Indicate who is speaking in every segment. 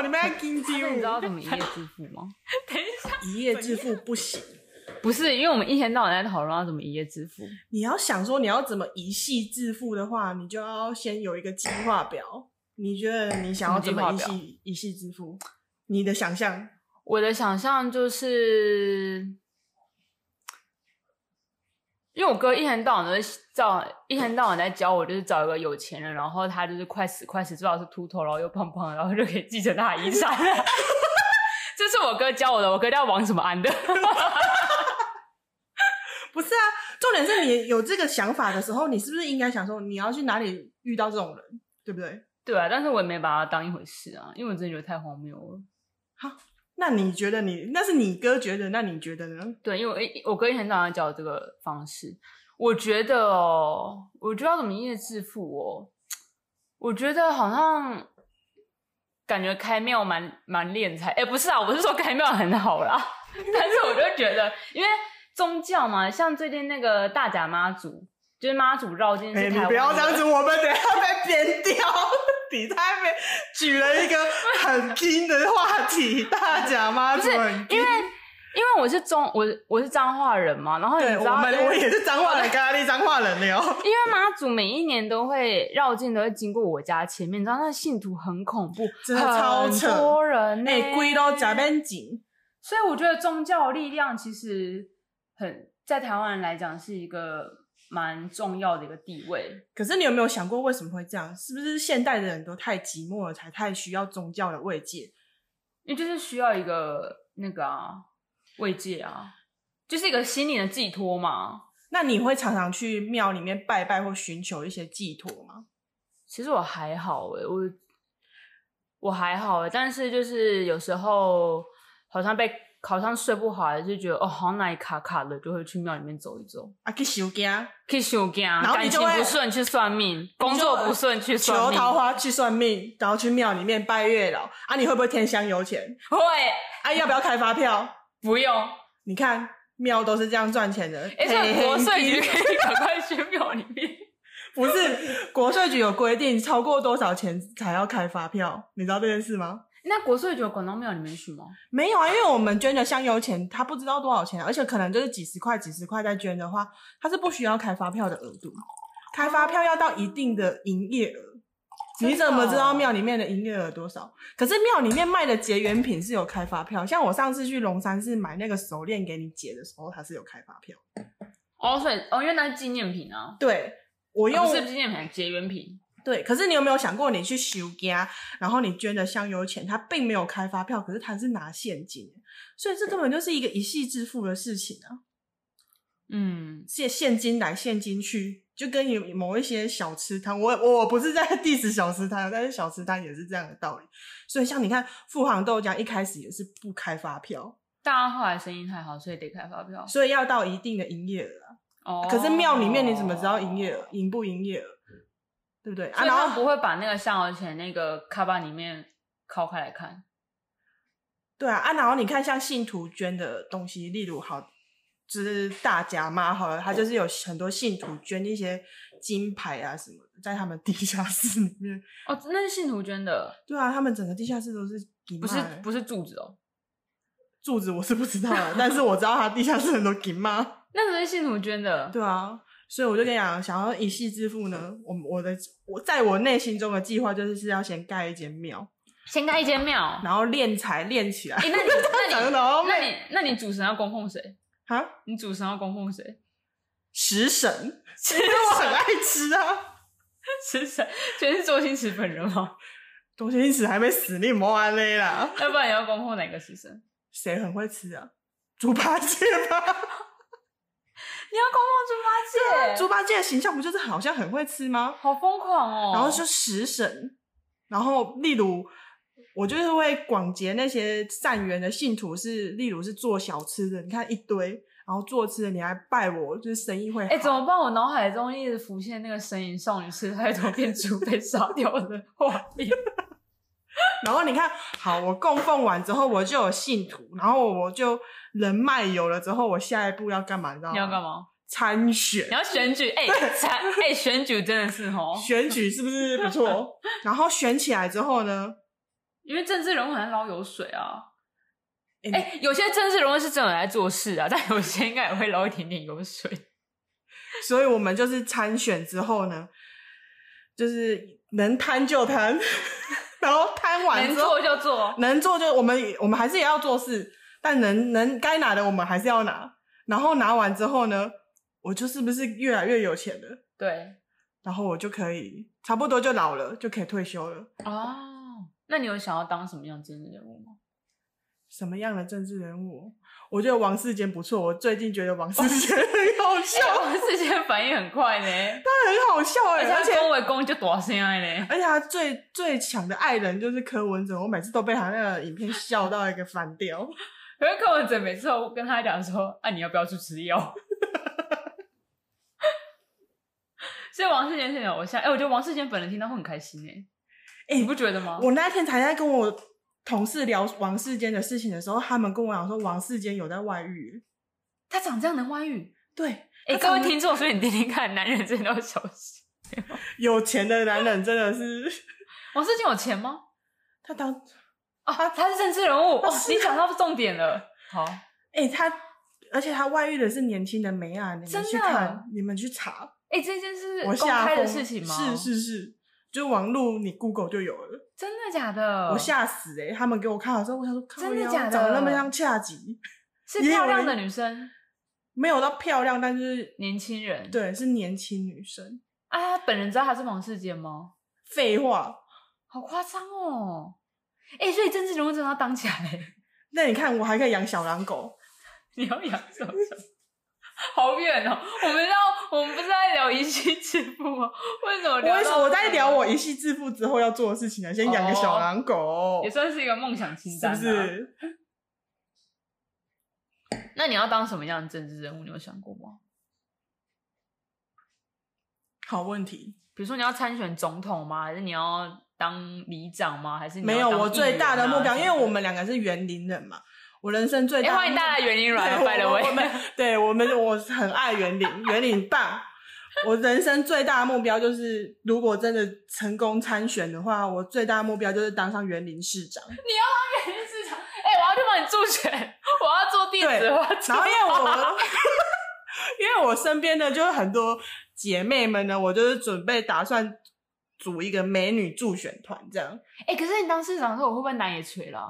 Speaker 1: 你们要金鸡
Speaker 2: 那你知道
Speaker 1: 舞，
Speaker 2: 怎么一夜致富吗？
Speaker 3: 等一下，
Speaker 1: 一夜致富不行。
Speaker 2: 不是，因为我们一天到晚在讨论要怎么一夜致富。
Speaker 1: 你要想说你要怎么一系致富的话，你就要先有一个计划表。你觉得你想要怎么一
Speaker 2: 什么
Speaker 1: 系一系致富？你的想象
Speaker 2: 我的想象就是，因为我哥一天到晚都是照一天到晚在教我，就是找一个有钱人，然后他就是快死快死，最好是秃头，然后又胖胖的，然后就可以继承他的遗产。 这是我哥教我的，我哥叫王什么安的。
Speaker 1: 不是啊，重点是你有这个想法的时候，你是不是应该想说你要去哪里遇到这种人，对不对？
Speaker 2: 对啊，但是我也没把他当一回事啊，因为我真的觉得太荒谬了。
Speaker 1: 那你觉得你那是你哥觉得，那你觉得呢？
Speaker 2: 对，因为我一我哥一天到晚教我这个方式，我觉得哦，我觉得要怎么一夜致富哦，我觉得好像感觉开庙蛮蛮敛财，哎，不是啊，我不是说开庙很好啦，但是我就觉得，因为宗教嘛，像最近那个大甲妈祖，就是妈祖绕境
Speaker 1: 哎、
Speaker 2: 是台湾、
Speaker 1: 你不要这样子，，我们等一下被编掉。 你太被举了一个很拼的话题，大甲妈
Speaker 2: 不
Speaker 1: 祖
Speaker 2: 是
Speaker 1: 很拼
Speaker 2: 因为因为我是中我我是彰化人嘛，然后你
Speaker 1: 对
Speaker 2: 知
Speaker 1: 我
Speaker 2: 道
Speaker 1: 们
Speaker 2: 就是
Speaker 1: 我也是彰化人，咖喱彰化人 了。
Speaker 2: 因为妈祖每一年都会绕境，都会经过我家前面，你知道那信徒很恐怖，
Speaker 1: 真的超扯
Speaker 2: 很多人呢、
Speaker 1: 哎，龟都假面紧，
Speaker 2: 所以我觉得宗教力量其实很在台湾人来讲是一个蛮重要的一个地位。
Speaker 1: 可是你有没有想过为什么会这样？是不是现代的人都太寂寞了，才太需要宗教的慰藉？
Speaker 2: 因为就是需要一个那个啊慰藉啊，就是一个心灵的寄托嘛。
Speaker 1: 那你会常常去庙里面拜拜或寻求一些寄托吗？
Speaker 2: 其实我还好诶、我我还好诶、欸但是就是有时候好像被好像睡不好，还是觉得哦好像哪里卡卡的，就会去庙里面走一走，
Speaker 1: 啊，去修家，
Speaker 2: 去修行，
Speaker 1: 后你
Speaker 2: 感
Speaker 1: 就
Speaker 2: 情
Speaker 1: 会
Speaker 2: 不顺去算命，工作不顺去
Speaker 1: 求
Speaker 2: 算命，
Speaker 1: 桃花去算命，然后去庙里面拜月老。啊，你会不会添香油钱？
Speaker 2: 会
Speaker 1: 啊，要不要开发票？
Speaker 2: 不用。
Speaker 1: 你看庙都是这样赚钱的。
Speaker 2: 哎、
Speaker 1: 嘿
Speaker 2: 这
Speaker 1: 嘿
Speaker 2: 国税
Speaker 1: 嘿
Speaker 2: 局可以赶快去庙里面。
Speaker 1: 不是国税局有规定，超过多少钱才要开发票？你知道这件事吗？
Speaker 2: 那国税局有管到庙里面去吗？
Speaker 1: 没有啊，因为我们捐的香油钱，他不知道多少钱，而且可能就是几十块、几十块再捐的话，他是不需要开发票的额度，开发票要到一定的营业额。
Speaker 2: 真的哦
Speaker 1: 你怎么知道庙里面的营业额多少？可是庙里面卖的结缘品是有开发票，像我上次去龙山寺买那个手链给你结的时候，它是有开发票。
Speaker 2: 哦，所以哦，因为那是纪念品啊，哦
Speaker 1: 对，我
Speaker 2: 不
Speaker 1: 用、
Speaker 2: 是纪念品，结缘品。
Speaker 1: 对，可是你有没有想过，你去修家，然后你捐的香油钱，他并没有开发票，可是他是拿现金，所以这根本就是一个一系致富的事情啊！
Speaker 2: 嗯，
Speaker 1: 现现金来现金去，就跟有某一些小吃摊，我我不是在 diss 小吃摊，但是小吃摊也是这样的道理。所以像你看，富航豆浆一开始也是不开发票，
Speaker 2: 大家后来生意太好，所以得开发票。
Speaker 1: 所以要到一定的营业额啊、
Speaker 2: 哦，
Speaker 1: 可是庙里面你怎么知道营业额营不营业额？对不对啊？
Speaker 2: 所以
Speaker 1: 然
Speaker 2: 他
Speaker 1: 后
Speaker 2: 不会把那个香油钱那个卡巴里面敲开来看。
Speaker 1: 对啊，啊，然后你看像信徒捐的东西，例如好，就是大甲妈好了，他就是有很多信徒捐一些金牌啊什么的，在他们地下室里面。
Speaker 2: 哦，那是信徒捐的，
Speaker 1: 对啊，他们整个地下室都是金
Speaker 2: 不
Speaker 1: 妈
Speaker 2: 是
Speaker 1: 欸
Speaker 2: 不是柱子哦，
Speaker 1: 柱子，我是不知道的，但是我知道他地下室很多金妈。
Speaker 2: 那只是信徒捐的。
Speaker 1: 对啊，所以我就跟你讲，想要一夕致富呢，我我的我在我内心中的计划就是是要先盖一间庙，
Speaker 2: 先盖一间庙。
Speaker 1: 然后练财练起来。
Speaker 2: 哎、那你那
Speaker 1: 长
Speaker 2: 你
Speaker 1: 得好
Speaker 2: 那
Speaker 1: 美
Speaker 2: 你那你主神要供奉谁？
Speaker 1: 啊，
Speaker 2: 你主神要供 奉谁？
Speaker 1: 食神， 因为我很爱吃啊。
Speaker 2: 是谁？全是周星驰本 人吗？
Speaker 1: 周星驰还没死，你莫安勒啦。
Speaker 2: 要不然你要供奉哪个食神？你
Speaker 1: 谁很会吃啊？ 猪八戒 吧，
Speaker 2: 要供奉猪八戒，
Speaker 1: 猪八戒的形象不就是好像很会吃吗？
Speaker 2: 好疯狂哦！
Speaker 1: 然后就食神，然后例如我就是会广结那些善缘的信徒是，例如是做小吃的，你看一堆，然后做吃的你还拜我，就是生意会好。
Speaker 2: 哎、怎么办？我脑海中一直浮现那个《神隐少女时代》头变猪被杀掉的画面。
Speaker 1: 然后你看，好，我供奉完之后，我就有信徒，然后我就人脉有了之后，我下一步要干嘛？你知道吗？
Speaker 2: 你要干？嘛？
Speaker 1: 参选
Speaker 2: 你。要选举？哎、才哎、选举真的是哦，
Speaker 1: 选举是不是不错？然后选起来之后呢，
Speaker 2: 因为政治人物很捞油水啊。
Speaker 1: 哎
Speaker 2: 哎、有些政治人物是真的来做事啊，但有些应该也会捞一点点油水。
Speaker 1: 所以我们就是参选之后呢，就是能贪就贪， 然后贪完
Speaker 2: 能
Speaker 1: 之后
Speaker 2: 做就做，
Speaker 1: 能做就我们我们还是也要做事，但能能该拿的我们还是要拿。然后拿完之后呢，我就是不是越来越有钱了，
Speaker 2: 对
Speaker 1: 然后我就可以差不多就老了，就可以退休了。
Speaker 2: 哦。那你有想要当什么样政治人物吗？
Speaker 1: 什么样的政治人物？我觉得王世坚不错，我最近觉得王世坚很好笑，
Speaker 2: 哎王世坚反应很快呢，
Speaker 1: 他很好笑哎、
Speaker 2: 而且
Speaker 1: 而
Speaker 2: 他
Speaker 1: 且
Speaker 2: 恭维恭就大声的呢。
Speaker 1: 而且他最最强的爱人就是柯文哲，我每次都被他那个影片笑到一个翻掉。
Speaker 2: 可是柯文哲每次都跟他讲说：“啊，你要不要去吃药？” 所以王世坚是你的偶像，哎、我觉得王世坚本人听到会很开心哎、
Speaker 1: 哎
Speaker 2: 你不觉得吗？
Speaker 1: 我那天才在跟我同事聊王世坚的事情的时候，他们跟我讲说王世坚有在外遇。
Speaker 2: 他长这样能外遇？
Speaker 1: 对，
Speaker 2: 哎、
Speaker 1: 他
Speaker 2: 各位
Speaker 1: 长得
Speaker 2: 听众，所以你听听看，男人真的要小心。
Speaker 1: 有钱的男人真的是
Speaker 2: 王世坚有钱吗？
Speaker 1: 他当
Speaker 2: 啊，他是政治人物。
Speaker 1: 他
Speaker 2: 哦，
Speaker 1: 是
Speaker 2: 你讲到重点了。好，
Speaker 1: 哎、他，而且他外遇的是年轻的梅啊，你
Speaker 2: 真
Speaker 1: 们
Speaker 2: 的
Speaker 1: 去看，你们去查，
Speaker 2: 哎、这件事
Speaker 1: 我
Speaker 2: 是公
Speaker 1: 下
Speaker 2: 开的
Speaker 1: 疯
Speaker 2: 事情吗？
Speaker 1: 是，是是，就网路你 Google 就有了。
Speaker 2: 真的假的？
Speaker 1: 我吓死哎、欸！他们给我看的时候，我想说，靠
Speaker 2: 嗯真的
Speaker 1: 腰
Speaker 2: 假的
Speaker 1: 长得那么像恰吉，
Speaker 2: 是
Speaker 1: 也有
Speaker 2: 漂亮
Speaker 1: 人
Speaker 2: 的女生，
Speaker 1: 没有到漂亮，但是
Speaker 2: 年轻人。
Speaker 1: 对是年轻女生。
Speaker 2: 啊，他本人知道他是王世坚吗？
Speaker 1: 废话，
Speaker 2: 好夸张哦！哎、所以政治人物真的要当起来，
Speaker 1: 那你看我还可以养小狼狗，
Speaker 2: 你要养什么？ 好远哦！我们要，我们不是在聊一夕之父吗？为什么
Speaker 1: 我
Speaker 2: 哦聊到这个？哦
Speaker 1: 我在聊我一夕致富之后要做的事情啊，先养个小狼狗
Speaker 2: 也，算是一个梦想清
Speaker 1: 是
Speaker 2: 单、啊
Speaker 1: 不？是？
Speaker 2: 那你要当什么样的政治人物？你有想过吗？
Speaker 1: 好问题，
Speaker 2: 比如说你要参选总统吗？还是你要当里长吗？还是你要
Speaker 1: 没有
Speaker 2: 当
Speaker 1: 我
Speaker 2: 议
Speaker 1: 最大的
Speaker 2: 员啊
Speaker 1: 目标，
Speaker 2: 什
Speaker 1: 因
Speaker 2: 么
Speaker 1: 为
Speaker 2: 的
Speaker 1: 我们两个是园林人嘛，我人生最
Speaker 2: 哎、
Speaker 1: 大的
Speaker 2: 欢迎大家来园林软啊拜了
Speaker 1: 我 我们
Speaker 2: 喂。
Speaker 1: 对我们，我很爱园林，园林棒。我人生最大的目标就是，如果真的成功参选的话，我最大的目标就是当上园林市长。
Speaker 2: 市场，哎、我要去帮你助选， 我要做地址，
Speaker 1: 对
Speaker 2: 我要做
Speaker 1: 然后因为
Speaker 2: 啊
Speaker 1: 我， 因为我身边的就是很多姐妹们呢，我就是准备打算组一个美女助选团，这样
Speaker 2: 哎、可是你当市长的时候，我会不会奶也垂了啊？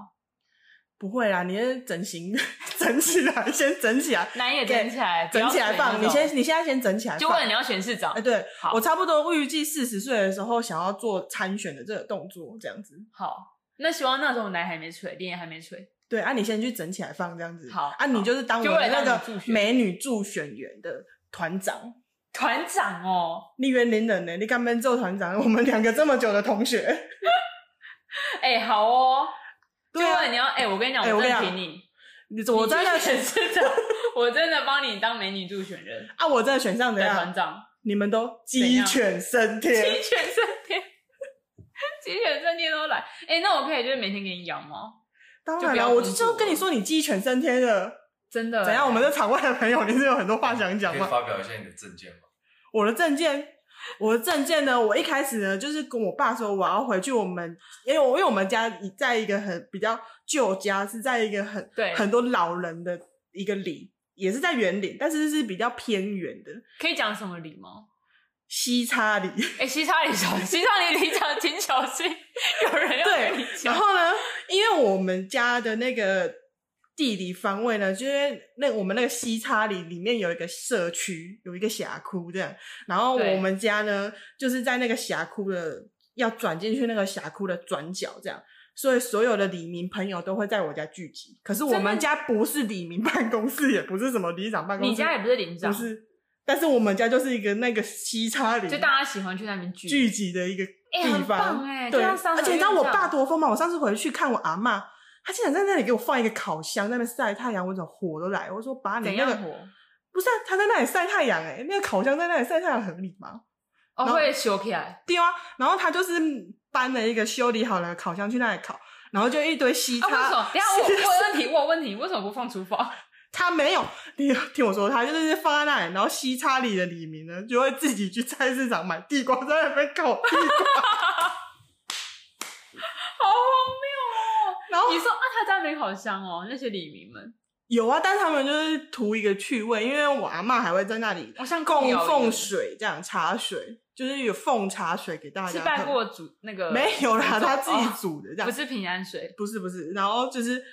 Speaker 1: 不会啦，你先整形 整起来，先整起来，
Speaker 2: 奶也整起来，不
Speaker 1: 整
Speaker 2: 要
Speaker 1: 起来
Speaker 2: 垂那
Speaker 1: 放。
Speaker 2: 种
Speaker 1: 你先，你现在先整起来放，
Speaker 2: 就为了你要选市长。
Speaker 1: 哎，对
Speaker 2: 好
Speaker 1: 我差不多预计四十岁的时候想要做参选的这个动作，这样子。
Speaker 2: 好，那希望那时候我奶还没垂，脸也还没垂。
Speaker 1: 对啊，你先去整起来放这样子。
Speaker 2: 好
Speaker 1: 啊，你就是当
Speaker 2: 就
Speaker 1: 我
Speaker 2: 为
Speaker 1: 们
Speaker 2: 了
Speaker 1: 那
Speaker 2: 让
Speaker 1: 个
Speaker 2: 你助选
Speaker 1: 美女助选员的团长，
Speaker 2: 团长哦，
Speaker 1: 你园林人呢、你干本做团长，我们两个这么久的同学。
Speaker 2: 哎、好哦，
Speaker 1: 对
Speaker 2: 就
Speaker 1: 啊
Speaker 2: 为了你要，哎、我跟你讲，
Speaker 1: 哎
Speaker 2: 我
Speaker 1: 我跟
Speaker 2: 真
Speaker 1: 你
Speaker 2: 的
Speaker 1: 讲
Speaker 2: 挺你，
Speaker 1: 你我
Speaker 2: 你去
Speaker 1: 真的
Speaker 2: 选市长，我真的帮你当美女助选人
Speaker 1: 啊，啊我真的选上怎
Speaker 2: 的团
Speaker 1: 样？
Speaker 2: 长，
Speaker 1: 你们都
Speaker 2: 怎
Speaker 1: 鸡
Speaker 2: 样
Speaker 1: 犬升
Speaker 2: 鸡
Speaker 1: 天。
Speaker 2: 犬升天，鸡犬升天都来。哎、那我可以就是每天给你养吗？
Speaker 1: 当
Speaker 2: 就
Speaker 1: 然
Speaker 2: 不
Speaker 1: 了，
Speaker 2: 要
Speaker 1: 我
Speaker 2: 工
Speaker 1: 就就
Speaker 2: 作
Speaker 1: 跟你
Speaker 2: 了
Speaker 1: 说，你鸡犬升天了。
Speaker 2: 真的、欸
Speaker 1: 怎样？我们这场外的朋友，你是有很多话想讲
Speaker 3: 可以
Speaker 1: 吗？
Speaker 3: 发表一下你的 证件吗？
Speaker 1: 我的证件，我的证件呢？我一开始呢，就是跟我爸说我要回去我们，因为我因为我们家以在一个很比较旧家，是在一个很
Speaker 2: 对
Speaker 1: 很多老人的一个里，也是在园里，但是是比较偏远的
Speaker 2: 可以讲什么理吗？
Speaker 1: 西叉里。
Speaker 2: 哎、西沙里小，西沙里里长请小心，有人要
Speaker 1: 对
Speaker 2: 跟你
Speaker 1: 然
Speaker 2: 讲。
Speaker 1: 后呢，因为我们家的那个地理方位呢，就是那我们那个西叉里里面有一个社区，有一个峡谷这样。然后
Speaker 2: 对
Speaker 1: 我们家呢，就是在那个峡谷的要转进去那个峡谷的转角这样。所以所有的李明朋友都会在我家聚集，可是我
Speaker 2: 真的
Speaker 1: 们家不是李明办公室，也不是什么里长办公室，
Speaker 2: 你家也不是里长，
Speaker 1: 不是，但是我们家就是一个那个西叉里，
Speaker 2: 就大家喜欢去那边聚。
Speaker 1: 聚集的一个
Speaker 2: 欸
Speaker 1: 地
Speaker 2: 很
Speaker 1: 方，
Speaker 2: 棒欸
Speaker 1: 对，
Speaker 2: 就像三合
Speaker 1: 而且你知道
Speaker 2: 院
Speaker 1: 我
Speaker 2: 这样
Speaker 1: 爸多疯吗？我上次回去看我阿妈，她竟然在那里给我放一个烤箱，在那边晒太阳，我整火都来。我说把你
Speaker 2: 怎
Speaker 1: 那
Speaker 2: 样
Speaker 1: 个
Speaker 2: 活？哦
Speaker 1: 不是、啊，她在那里晒太阳，哎，那个烤箱在那里晒太阳合理吗？
Speaker 2: 哦，会修起来。
Speaker 1: 对啊，然后她就是搬了一个修理好了的烤箱去那里烤，然后就一堆西
Speaker 2: 啊，为
Speaker 1: 叉
Speaker 2: 什么？等一下我我有问题，我有问题，为什么不放厨房？
Speaker 1: 他没有，你听我说，他就是放在那里，然后西叉里的李明呢，就会自己去菜市场买地瓜，在那边烤地瓜。
Speaker 2: 好荒谬哦！你说啊，他家没烤箱哦，那些李明们，
Speaker 1: 有啊，但是他们就是图一个趣味，因为我阿妈还会在那里
Speaker 2: 我像
Speaker 1: 供
Speaker 2: 友一
Speaker 1: 哦奉
Speaker 2: 样
Speaker 1: 水，这样茶水就是有奉茶水给大
Speaker 2: 是
Speaker 1: 家喝。
Speaker 2: 拜过主那个
Speaker 1: 没有啦，
Speaker 2: 神主
Speaker 1: 他自己
Speaker 2: 哦
Speaker 1: 煮的这样。
Speaker 2: 不是平安水。
Speaker 1: 不是不是，然后就是，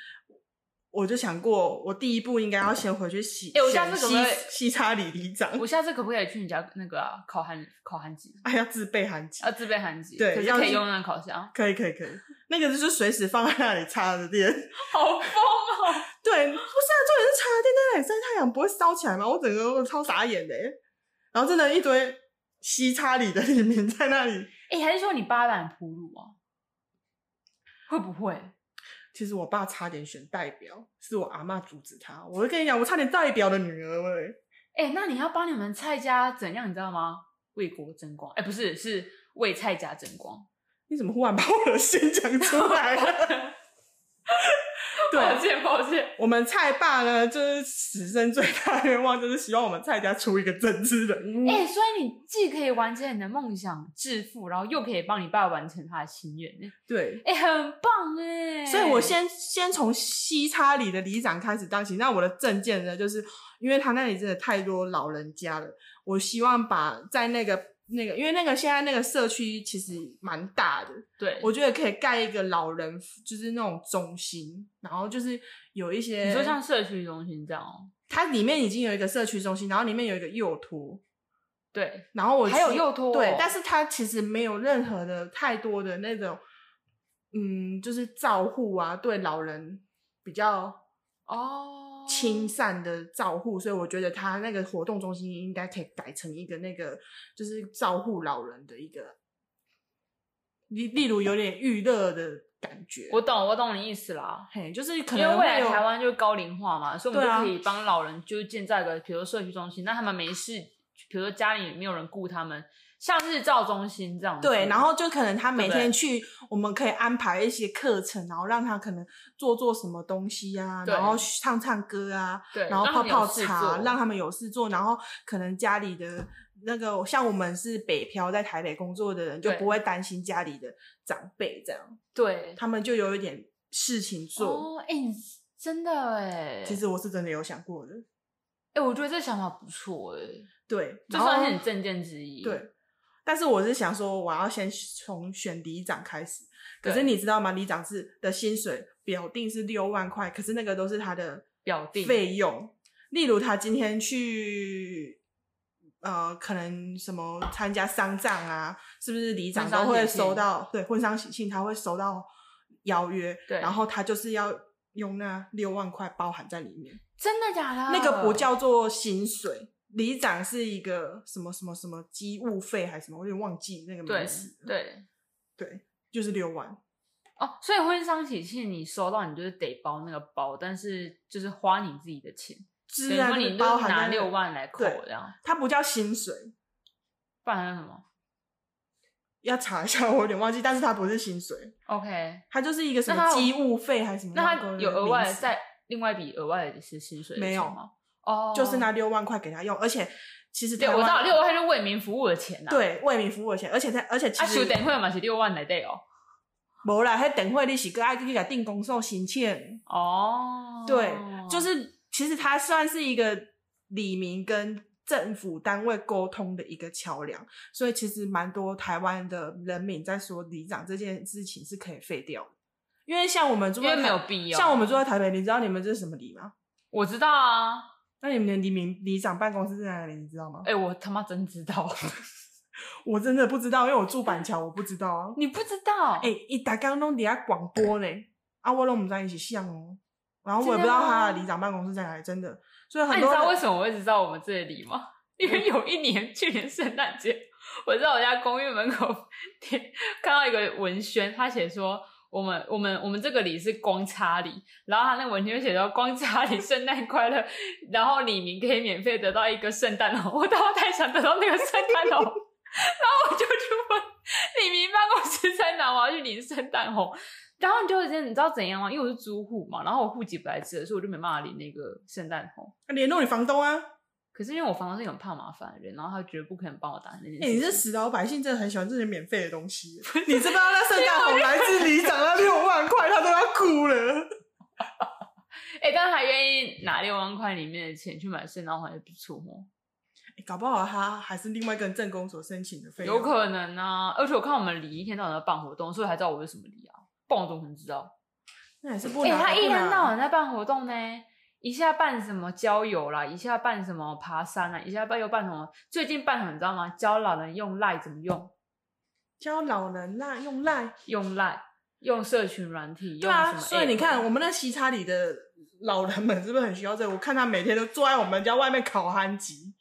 Speaker 1: 我就想过，我第一步应该要先回去洗，
Speaker 2: 哎我下次
Speaker 1: 先
Speaker 2: 可不可以
Speaker 1: 西西差里里长，
Speaker 2: 我下次可不可以去你家那个啊烤韩烤韩鸡
Speaker 1: 哎呀，自备韩籍，
Speaker 2: 啊自备韩鸡？
Speaker 1: 对
Speaker 2: 可是
Speaker 1: 要
Speaker 2: 可以
Speaker 1: 是
Speaker 2: 用那个 烤箱，
Speaker 1: 可以可以可以，那个就是随时放在那里插着电，
Speaker 2: 好疯哦！
Speaker 1: 对，不是啊，重点是插着电在那里晒太阳不会烧起来吗？我整个我超傻眼的欸，然后真的一堆西差里的里面在那里，
Speaker 2: 哎、还是说你八板铺路啊？会不会？
Speaker 1: 其实我爸差点选代表，是我阿妈阻止他，我就跟你讲，我差点代表的女儿喂。
Speaker 2: 哎、那你要帮你们蔡家怎样，你知道吗？为国争光，哎、不是，是为蔡家争光。
Speaker 1: 你怎么忽然把我的心讲出来了？对，
Speaker 2: 抱歉，抱歉。
Speaker 1: 我们蔡爸呢，就是此生最大的愿望，就是希望我们蔡家出一个政治人物。
Speaker 2: 哎、所以你既可以完成你的梦想致富，然后又可以帮你爸完成他的心愿，
Speaker 1: 对，
Speaker 2: 哎、很棒哎、
Speaker 1: 所以我先先从西差里的里长开始当起。那我的证件呢，就是因为他那里真的太多老人家了，我希望把在那个那个，因为那个现在那个社区其实蛮大的，
Speaker 2: 对，
Speaker 1: 我觉得可以盖一个老人就是那种中心，然后就是有一些
Speaker 2: 你说像社区中心这样哦、
Speaker 1: 它里面已经有一个社区中心，然后里面有一个幼托，
Speaker 2: 对，
Speaker 1: 然后我
Speaker 2: 还有
Speaker 1: 是
Speaker 2: 幼托哦
Speaker 1: 对，但是它其实没有任何的太多的那种，嗯，就是照护啊，对老人比较
Speaker 2: 哦，
Speaker 1: 亲善的照护，所以我觉得它那个活动中心应该可以改成一个那个就是照护老人的一个，例例如有点娱乐的感觉，
Speaker 2: 哦我懂，我懂你意思啦。
Speaker 1: 嘿，就是可
Speaker 2: 因为
Speaker 1: 能
Speaker 2: 未
Speaker 1: 会
Speaker 2: 来
Speaker 1: 有
Speaker 2: 台湾就是高龄化嘛，所以我们
Speaker 1: 对
Speaker 2: 就
Speaker 1: 啊
Speaker 2: 可以帮老人就是建造一个，比如说社区中心，那他们没事，比如说家里没有人顾他们，像日照中心这样子。
Speaker 1: 对，然后就可能他每
Speaker 2: 对不对
Speaker 1: 天去，我们可以安排一些课程，然后让他可能做做什么东西啊，
Speaker 2: 对
Speaker 1: 然后唱唱歌啊，
Speaker 2: 对
Speaker 1: 然后
Speaker 2: 让
Speaker 1: 泡
Speaker 2: 他们有
Speaker 1: 泡
Speaker 2: 事
Speaker 1: 茶，
Speaker 2: 做
Speaker 1: 让他们有事做，然后可能家里的那个像我们是北漂在台北工作的人，就
Speaker 2: 对
Speaker 1: 不会担心家里的长辈这样，
Speaker 2: 对，
Speaker 1: 他们就有一点事情做。
Speaker 2: 哦，哎、你真的哎，
Speaker 1: 其实我是真的有想过的，
Speaker 2: 哎、我觉得这想法不错哎，
Speaker 1: 对，
Speaker 2: 这
Speaker 1: 然后
Speaker 2: 算是你证件之一。
Speaker 1: 对，但是我是想说，我要先从选里长开始。可是
Speaker 2: 对
Speaker 1: 你知道吗？里长是的薪水表定是六万块，可是那个都是他的
Speaker 2: 表定
Speaker 1: 费用。例如他今天去，呃，可能什么参加丧葬啊，是不是里长
Speaker 2: 婚丧
Speaker 1: 都会
Speaker 2: 喜庆
Speaker 1: 收到？对，婚丧喜庆他会收到邀约，
Speaker 2: 对
Speaker 1: 然后他就是要用那六万块包含在里面。
Speaker 2: 真的假的？
Speaker 1: 那个不叫做薪水，里长是一个什么什么什么机务费还是什么，我有点忘记那个
Speaker 2: 对
Speaker 1: 名词。
Speaker 2: 对
Speaker 1: 对，就是六万。
Speaker 2: 哦，所以婚丧喜庆你收到你就是得包那个包，但是就是花你自己的钱，等
Speaker 1: 自
Speaker 2: 于说
Speaker 1: 然
Speaker 2: 你
Speaker 1: 啊是
Speaker 2: 就
Speaker 1: 包
Speaker 2: 是
Speaker 1: 含
Speaker 2: 拿
Speaker 1: 在
Speaker 2: 六，万来扣
Speaker 1: 对
Speaker 2: 这样，
Speaker 1: 它不叫薪水，
Speaker 2: 不然还有什么
Speaker 1: 要查一下，我有点忘记，但是它不是薪水，
Speaker 2: ？OK，
Speaker 1: 它就是一个什
Speaker 2: 那
Speaker 1: 么
Speaker 2: 它有
Speaker 1: 机务费还是什么
Speaker 2: 那
Speaker 1: 忘记了
Speaker 2: 他
Speaker 1: 名词。
Speaker 2: 有额外再另外一笔额外的是薪水的
Speaker 1: 没有
Speaker 2: 钱吗？哦，
Speaker 1: 就是那六万块给他用，而且其实
Speaker 2: 对，
Speaker 1: 台
Speaker 2: 我
Speaker 1: 湾
Speaker 2: 知道六万是为民服务的钱呐、，
Speaker 1: 对为民服务的钱，而且他而且其
Speaker 2: 啊，修
Speaker 1: 实
Speaker 2: 等会嘛是六万来对哦。
Speaker 1: 无啦，迄等会你是个爱去给定公送行欠。
Speaker 2: 哦，
Speaker 1: 对，就是其实它算是一个李明跟政府单位沟通的一个桥梁，所以其实蛮多台湾的人民在说里长这件事情是可以废掉的，因为像我们住
Speaker 2: 因
Speaker 1: 在
Speaker 2: 为
Speaker 1: 台
Speaker 2: 没有必要。
Speaker 1: 像我们住在台北，你知道你们这是什么里吗？
Speaker 2: 我知道啊，
Speaker 1: 那你们的里民里长办公室在哪里？你知道吗？
Speaker 2: 哎、我他妈真知 道，
Speaker 1: 我真的不知道，因为我住板桥，我不知道啊。
Speaker 2: 你不知道？
Speaker 1: 哎、一打刚弄底下广播呢，啊，我拢不在一起像哦，然后我也
Speaker 2: 真
Speaker 1: 不知
Speaker 2: 的
Speaker 1: 道他
Speaker 2: 吗
Speaker 1: 的里长办公室在哪里，真的。所以
Speaker 2: 那、
Speaker 1: 很
Speaker 2: 啊你
Speaker 1: 多
Speaker 2: 知
Speaker 1: 人、
Speaker 2: 道为什么我会知道我们这里吗？ 因为有一年，去年圣诞节，我在我家公寓门口贴看到一个文宣，他写说我们我们我们这个里是光叉里，然后他那个文宣就写说光叉里圣诞快乐， 然后李明可以免费得到一个圣诞老，我当时太想得到那个圣诞 老，然后我就去问李明办公室在哪，我要去领圣诞红。然后你就你知道怎样吗？因为我是租户嘛，然后我户籍不在这，所以我就没办法领那个圣诞红。
Speaker 1: 联络你房东啊。
Speaker 2: 可是因为我房东是一个很怕麻烦的人，然后他绝不可能帮我达成那件事
Speaker 1: 哎、
Speaker 2: 情。
Speaker 1: 你是死老百姓，真的很喜欢这些免费的东 西。你知不知道那圣诞红来自里长那六万块，他都要哭了。
Speaker 2: 哎、但还愿意拿六万块里面的钱去买圣诞环，也不错哦。
Speaker 1: 欸搞不好他还是另外跟政工所申请的费用。
Speaker 2: 有可能啊，而且我看我们李一天到晚在办活动，所以才知道我是什么李啊，不然我怎么可能知道？
Speaker 1: 那也是不
Speaker 2: 哎、
Speaker 1: 难。
Speaker 2: 他一天到
Speaker 1: 晚。
Speaker 2: 晚在办活动呢，一下办什么郊游啦，一下办什么爬山啊啦，一下办又办什么，最近办什么你知道吗？教老人用赖怎么用，
Speaker 1: 教老人啦，用赖。
Speaker 2: 用赖，用社群软体，
Speaker 1: 对
Speaker 2: 用什
Speaker 1: 啊，
Speaker 2: 么哎
Speaker 1: 所以你
Speaker 2: app
Speaker 1: 看，我们那西差里的老人们是不是很需要这个？我看他每天都坐在我们家外面烤憨鸡，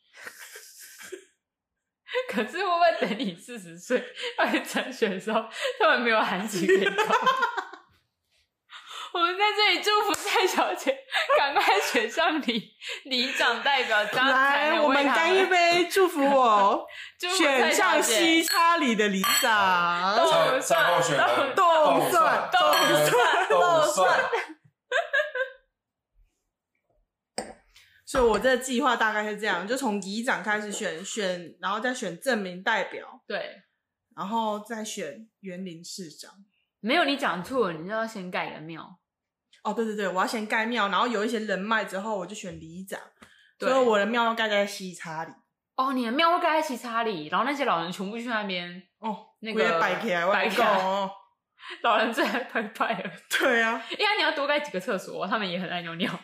Speaker 2: 可是会不会等你四十岁 要去参选的时候，他们没有韩籍可以考？ 我们在这里祝福蔡小姐赶快选上里里长代表，这样
Speaker 1: 来，
Speaker 2: 才能
Speaker 1: 我
Speaker 2: 为
Speaker 1: 们
Speaker 2: 他
Speaker 1: 干一，杯，祝福我
Speaker 2: 祝福蔡
Speaker 1: 选
Speaker 2: 小
Speaker 1: 上
Speaker 2: 姐
Speaker 1: 西差里的里长
Speaker 2: 都。
Speaker 3: 上上候选人
Speaker 1: 动算
Speaker 3: 动
Speaker 1: 动
Speaker 3: 算动
Speaker 1: 算
Speaker 3: 算，
Speaker 1: 所以我这个计划大概是这样，就从里长开始选选，然后再选证明代表，
Speaker 2: 对，
Speaker 1: 然后再选园林市长。
Speaker 2: 没有你讲错，了，你就要先盖个庙。
Speaker 1: 哦，对对对，我要先盖庙，然后有一些人脉之后，我就选里长。
Speaker 2: 对
Speaker 1: 所以我的庙要盖在西叉里。
Speaker 2: 哦，你的庙会盖在其他里，然后那些老人全部去那边，
Speaker 1: 哦，
Speaker 2: 那
Speaker 1: 我也
Speaker 2: 个
Speaker 1: 摆起来，我
Speaker 2: 摆
Speaker 1: 也
Speaker 2: 起
Speaker 1: 够
Speaker 2: 来
Speaker 1: 哦。
Speaker 2: 老人最爱拜拜了。
Speaker 1: 对啊，
Speaker 2: 因为你要多盖几个厕所，他们也很爱尿尿。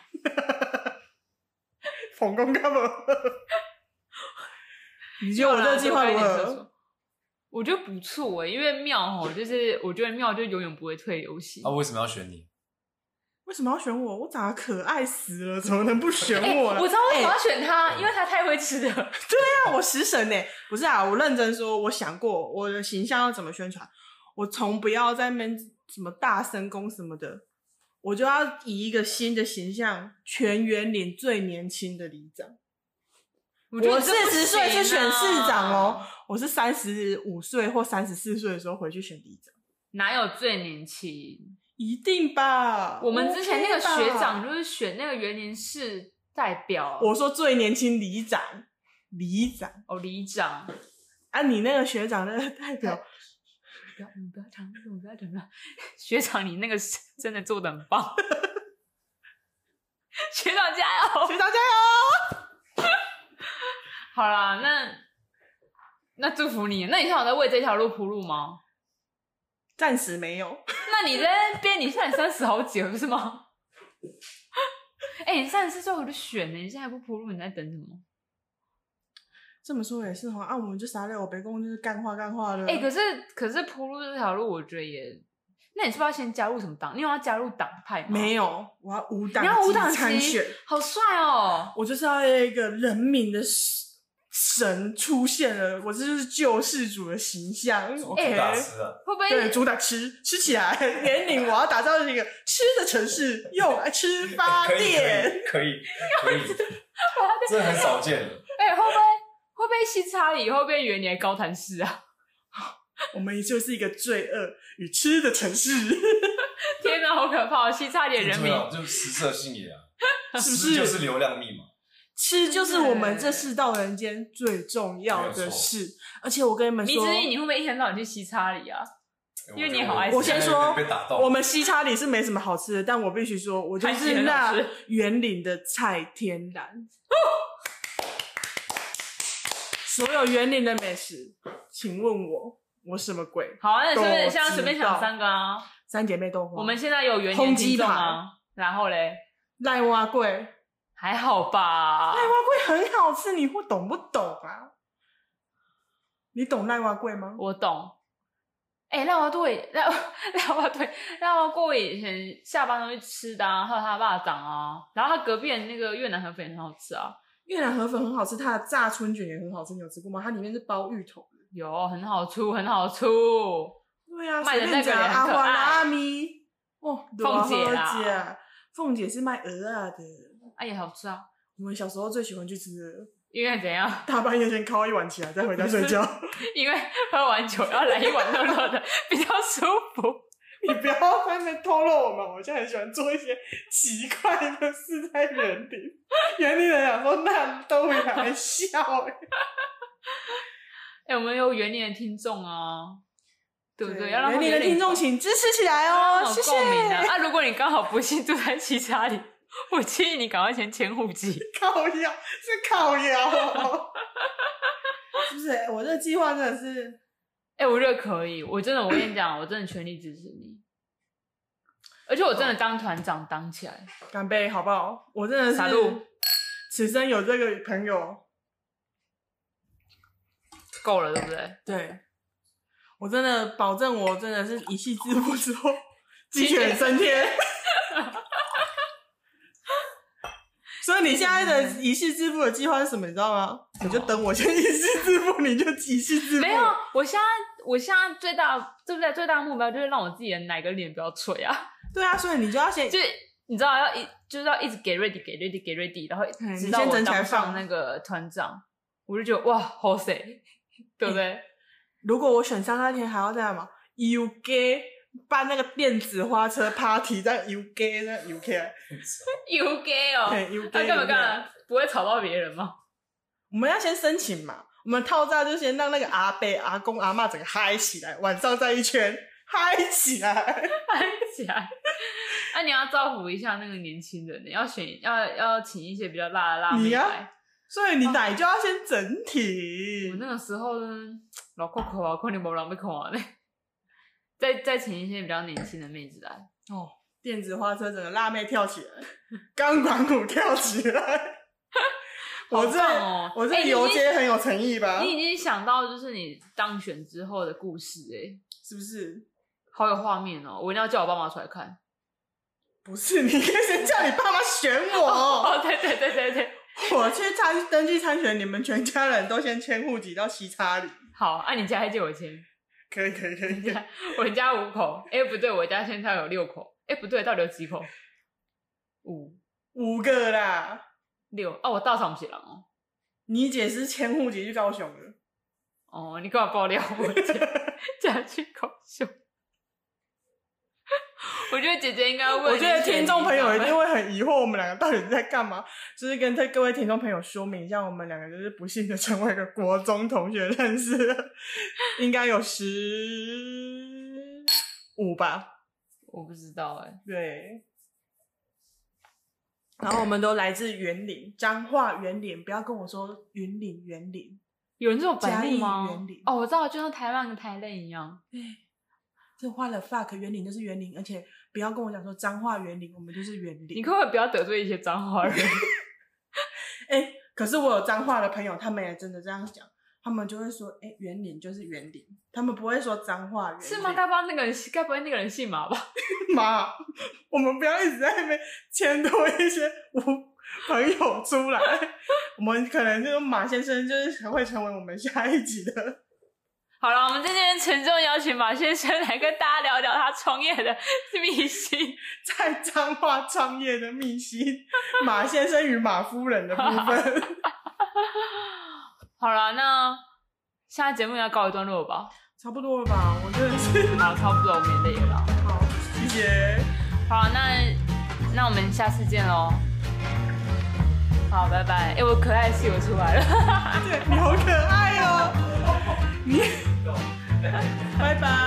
Speaker 1: 捧公干嘛？ 你
Speaker 2: 啊
Speaker 1: 觉得我这个计划如何？？
Speaker 2: 我觉得不错哎、因为庙吼，就是我觉得庙就永远不会退流行。
Speaker 3: 啊，
Speaker 1: 哦
Speaker 3: 为什么要选你？
Speaker 1: 为什么要选我？我长得可爱死了，怎么能不选
Speaker 2: 哎
Speaker 1: 我呢？
Speaker 2: 我知道为什么要
Speaker 1: 哎
Speaker 2: 选他，因为他太会吃 了。
Speaker 1: 那我食神呢、不是啊，我认真说，我想过我的形象要怎么宣传，我从不要在那边什么大声公什么的，我就要以一个新的形象，全园林最年轻的里长。
Speaker 2: 我
Speaker 1: 我四十岁是选市长哦
Speaker 2: 哦，，
Speaker 1: 我是三十五岁或三十四岁的时候回去选里长，
Speaker 2: 哪有最年轻？
Speaker 1: 一定吧？
Speaker 2: 我们之前那个
Speaker 1: OK 吧
Speaker 2: 学长，就是选那个园林市代表，
Speaker 1: 我说最年轻里长，里长
Speaker 2: 哦里长。
Speaker 1: 啊，你那个学长那个代 表
Speaker 2: 不要，我们不要讲这个，我们不要讲 这个。学长，你那个是真的做的很棒， 学长加油！
Speaker 1: 学长加油！
Speaker 2: 好啦，那那祝福你。那你现在有在为这条路铺路吗？
Speaker 1: 暂时没有。
Speaker 2: 那你在那边，你现在三十好几了，不是吗？ 哎、你三十四岁我就选了，你现在不铺路，你在等什么？
Speaker 1: 这么说也是哈，啊，我们就傻了，我北贡就是干话干话的。
Speaker 2: 哎、可是可是铺路这条路，我觉得也……那你是不是要先加入什么党？你有要加入党派吗？
Speaker 1: 没，有，我要无党
Speaker 2: 你要无党
Speaker 1: 籍参
Speaker 2: 籍
Speaker 1: 选，
Speaker 2: 好帅哦！
Speaker 1: 我就是要一个人民的神神出现了，我这就是救世主的形象。OK，、
Speaker 2: 哎
Speaker 3: 主打吃啊，
Speaker 2: 会不会
Speaker 1: 对，主打吃吃起来， 年龄我要打造一个吃的城市，用来吃发
Speaker 3: 可以
Speaker 1: 电。
Speaker 3: 可以 可以，可以这很少见的。
Speaker 2: 哎、会不会会不会西差里会变原年高谈市啊？
Speaker 1: 我们就是一个罪恶与吃的城 市，
Speaker 2: 天哪，好可怕、哦！西差里的人
Speaker 3: 很重
Speaker 2: 民，
Speaker 3: 要就是食色性也啊，
Speaker 1: 是不？
Speaker 3: 食就是是流量密码？
Speaker 1: 吃就是我们这世道人间最重要
Speaker 3: 没
Speaker 1: 的
Speaker 3: 有错
Speaker 1: 事。而且我跟你们
Speaker 2: 迷
Speaker 1: 说，
Speaker 2: 之音，你会不会一天到晚去西差里啊？
Speaker 3: 哎
Speaker 2: 因为你好爱吃哎
Speaker 1: 我先说
Speaker 3: 被打，
Speaker 1: 我
Speaker 3: 动。
Speaker 1: 们西叉里是没什么好吃的，但我必须说，我就
Speaker 2: 还
Speaker 1: 是
Speaker 2: 是
Speaker 1: 那
Speaker 2: 很好 吃
Speaker 1: 园林的蔡天然。所有园林的美食，请问我，我什么鬼？
Speaker 2: 好啊，那你是不
Speaker 1: 都
Speaker 2: 是现在随便
Speaker 1: 知道
Speaker 2: 想三个啊？
Speaker 1: 三姐妹豆花，
Speaker 2: 我们现在有原
Speaker 1: 烘
Speaker 2: 年
Speaker 1: 鸡
Speaker 2: 听众啊，然后嘞，
Speaker 1: 赖蛙贵，赖
Speaker 2: 还好吧？
Speaker 1: 蛙贵很好吃，你会懂不懂啊？你懂赖蛙贵吗？
Speaker 2: 我懂。哎、欸，辣豆也辣辣蛙队，辣蛙锅以前下班都去吃的、啊，还有他爸掌啊，然后他隔壁的那个越南河粉也很好吃啊，
Speaker 1: 越南河粉很好吃，它的炸春卷也很好吃，你有吃过吗？它里面是包芋头的。
Speaker 2: 有很好出，很好出。
Speaker 1: 对啊，
Speaker 2: 卖的
Speaker 1: 随便
Speaker 2: 那个
Speaker 1: 讲
Speaker 2: 人
Speaker 1: 阿
Speaker 2: 可
Speaker 1: 花
Speaker 2: 爱
Speaker 1: 拉米，哦，
Speaker 2: 凤姐
Speaker 1: 多
Speaker 2: 啦
Speaker 1: 好吃，凤姐是卖鹅啊的。
Speaker 2: 啊，也好吃啊，
Speaker 1: 我们小时候最喜欢去吃的，
Speaker 2: 因为怎样？
Speaker 1: 大半夜先烤一碗起来，再回家睡觉。
Speaker 2: 因为喝完酒要来一碗热热的，比较舒服。
Speaker 1: 你不要在那边透露我们，好像很喜欢做一些奇怪的事在园林。园林人想说，那都会拿来笑、欸。
Speaker 2: 哎、我们有园林的听众啊，对不对？要让他
Speaker 1: 欸园
Speaker 2: 们
Speaker 1: 林
Speaker 2: 有
Speaker 1: 的
Speaker 2: 点
Speaker 1: 听众请支持起来
Speaker 2: 有
Speaker 1: 哦，谢
Speaker 2: 点
Speaker 1: 谢。
Speaker 2: 共鸣啊！啊，如果你刚好不幸住在七家里，我建议你赶快先迁户籍。
Speaker 1: 靠腰是靠腰、 哦，是不是？我这计划真的是
Speaker 2: 哎、我觉得可以，我真的，我跟你讲，我真的全力支持你。而且我真的当团长当起来，
Speaker 1: 干杯，好不好？我真的
Speaker 2: 傻
Speaker 1: 是
Speaker 2: 路
Speaker 1: 此生有这个朋友，
Speaker 2: 够了，对不对？
Speaker 1: 对我真的保证，我真的是一夕 致富之后鸡犬升天。所以你现在的一夕致富的计划是什么？你知道吗？你就等我先一夕致富，你就一夕致富。
Speaker 2: 没有，我现在我现在最大对不对？最大的目标就是让我自己的奶跟脸不要垂啊，
Speaker 1: 对啊，所以你就要先
Speaker 2: 就是你知道要一就是要一直给 ready 给 ready 给 ready，然后
Speaker 1: 嗯
Speaker 2: 直
Speaker 1: 你
Speaker 2: 到
Speaker 1: 先
Speaker 2: 我
Speaker 1: 整起来
Speaker 2: 当上
Speaker 1: 放
Speaker 2: 那个团长，我就觉得哇，好塞，对不 对？
Speaker 1: 哎如果我选上那天还要这样嘛，U K 办那个电子花车 party，这样 U K 这样 U K，
Speaker 2: 有 gay 哦，
Speaker 1: 对 U
Speaker 2: 他
Speaker 1: K，
Speaker 2: 干嘛干？嘛？不会吵到别人吗？
Speaker 1: 我们要先申请嘛，我们套炸就先让那个阿伯、阿公、阿嬷整个嗨起来，晚上再一圈嗨起来。
Speaker 2: 搬起来。那、你要造福一下那个年轻人，你要选要要请一些比较辣的辣妹
Speaker 1: 你啊
Speaker 2: 来。
Speaker 1: 所以你奶就要先整体
Speaker 2: 我，那个时候呢，老扣扣啊，扣你没人被扣完嘞。 再再请一些比较年轻的妹子来，
Speaker 1: 哦，电子花车整个辣妹跳起来，钢管舞跳起来。我这、
Speaker 2: 好棒哦
Speaker 1: 我
Speaker 2: 哎
Speaker 1: 这
Speaker 2: 你
Speaker 1: 游
Speaker 2: 已
Speaker 1: 街很有诚意吧？
Speaker 2: 你已经想到就是你当选之后的故事哎、
Speaker 1: 是不是？
Speaker 2: 好有画面哦！我一定要叫我爸妈出来看。
Speaker 1: 不是，你可以先叫你爸妈选我。
Speaker 2: 哦，对对对对对，
Speaker 1: 我去参登记参选，你们全家人都先迁户籍到西叉里。
Speaker 2: 好，啊，你家还借我钱？
Speaker 1: 可以可以可以，可以
Speaker 2: 我家五口，哎、不对，我家现在有六口，哎、不对，到底有几口？五
Speaker 1: 五个啦。
Speaker 2: 六哦，我大场不是人哦。
Speaker 1: 你姐是迁户籍去高雄的，
Speaker 2: 哦，你干嘛爆料 我姐嫁去高雄？我觉得姐姐应该问，
Speaker 1: 我觉得听众朋友一定会很疑惑，我们两个到底在干嘛？就是跟这各位听众朋友说明一下，我们两个就是不幸的成为一个国中同学认识了，应该有十五吧，
Speaker 2: 我不知道哎、
Speaker 1: 对。然后我们都来自园林，彰化园林，不要跟我说云林园林，
Speaker 2: 有人这种白目
Speaker 1: 嘉义
Speaker 2: 吗
Speaker 1: 园林？
Speaker 2: 哦，我知道，就像台湾跟台内一样，
Speaker 1: 这花了 fuck 园林就是园林，而且不要跟我讲说彰化园林，我们就是园
Speaker 2: 你
Speaker 1: 林。
Speaker 2: 可不可以不要得罪一些脏话人？
Speaker 1: 哎、可是我有彰化的朋友，他们也真的这样讲，他们就会说，哎、园林就是园林，他们不会说彰化园林。
Speaker 2: 是吗？该不会那个人，该不会那个人姓马吧？
Speaker 1: 妈，我们不要一直在那边牵拖一些无朋友出来，我们可能就是马先生就是会成为我们下一集的。
Speaker 2: 好了，我们在这边沉重邀请马先生来跟大家聊聊他创业的秘辛。
Speaker 1: 在彰化创业的秘辛，马先生与马夫人的部分。
Speaker 2: 好了，那现在节目要告一段落吧？
Speaker 1: 差不多了吧？我真的是
Speaker 2: 好，差不多，我们也累了啦。
Speaker 1: 好，谢谢，
Speaker 2: 好，那那我们下次见喽。好，拜拜。哎、我可爱室友出来了。
Speaker 1: 对你好可爱哦、你，拜拜。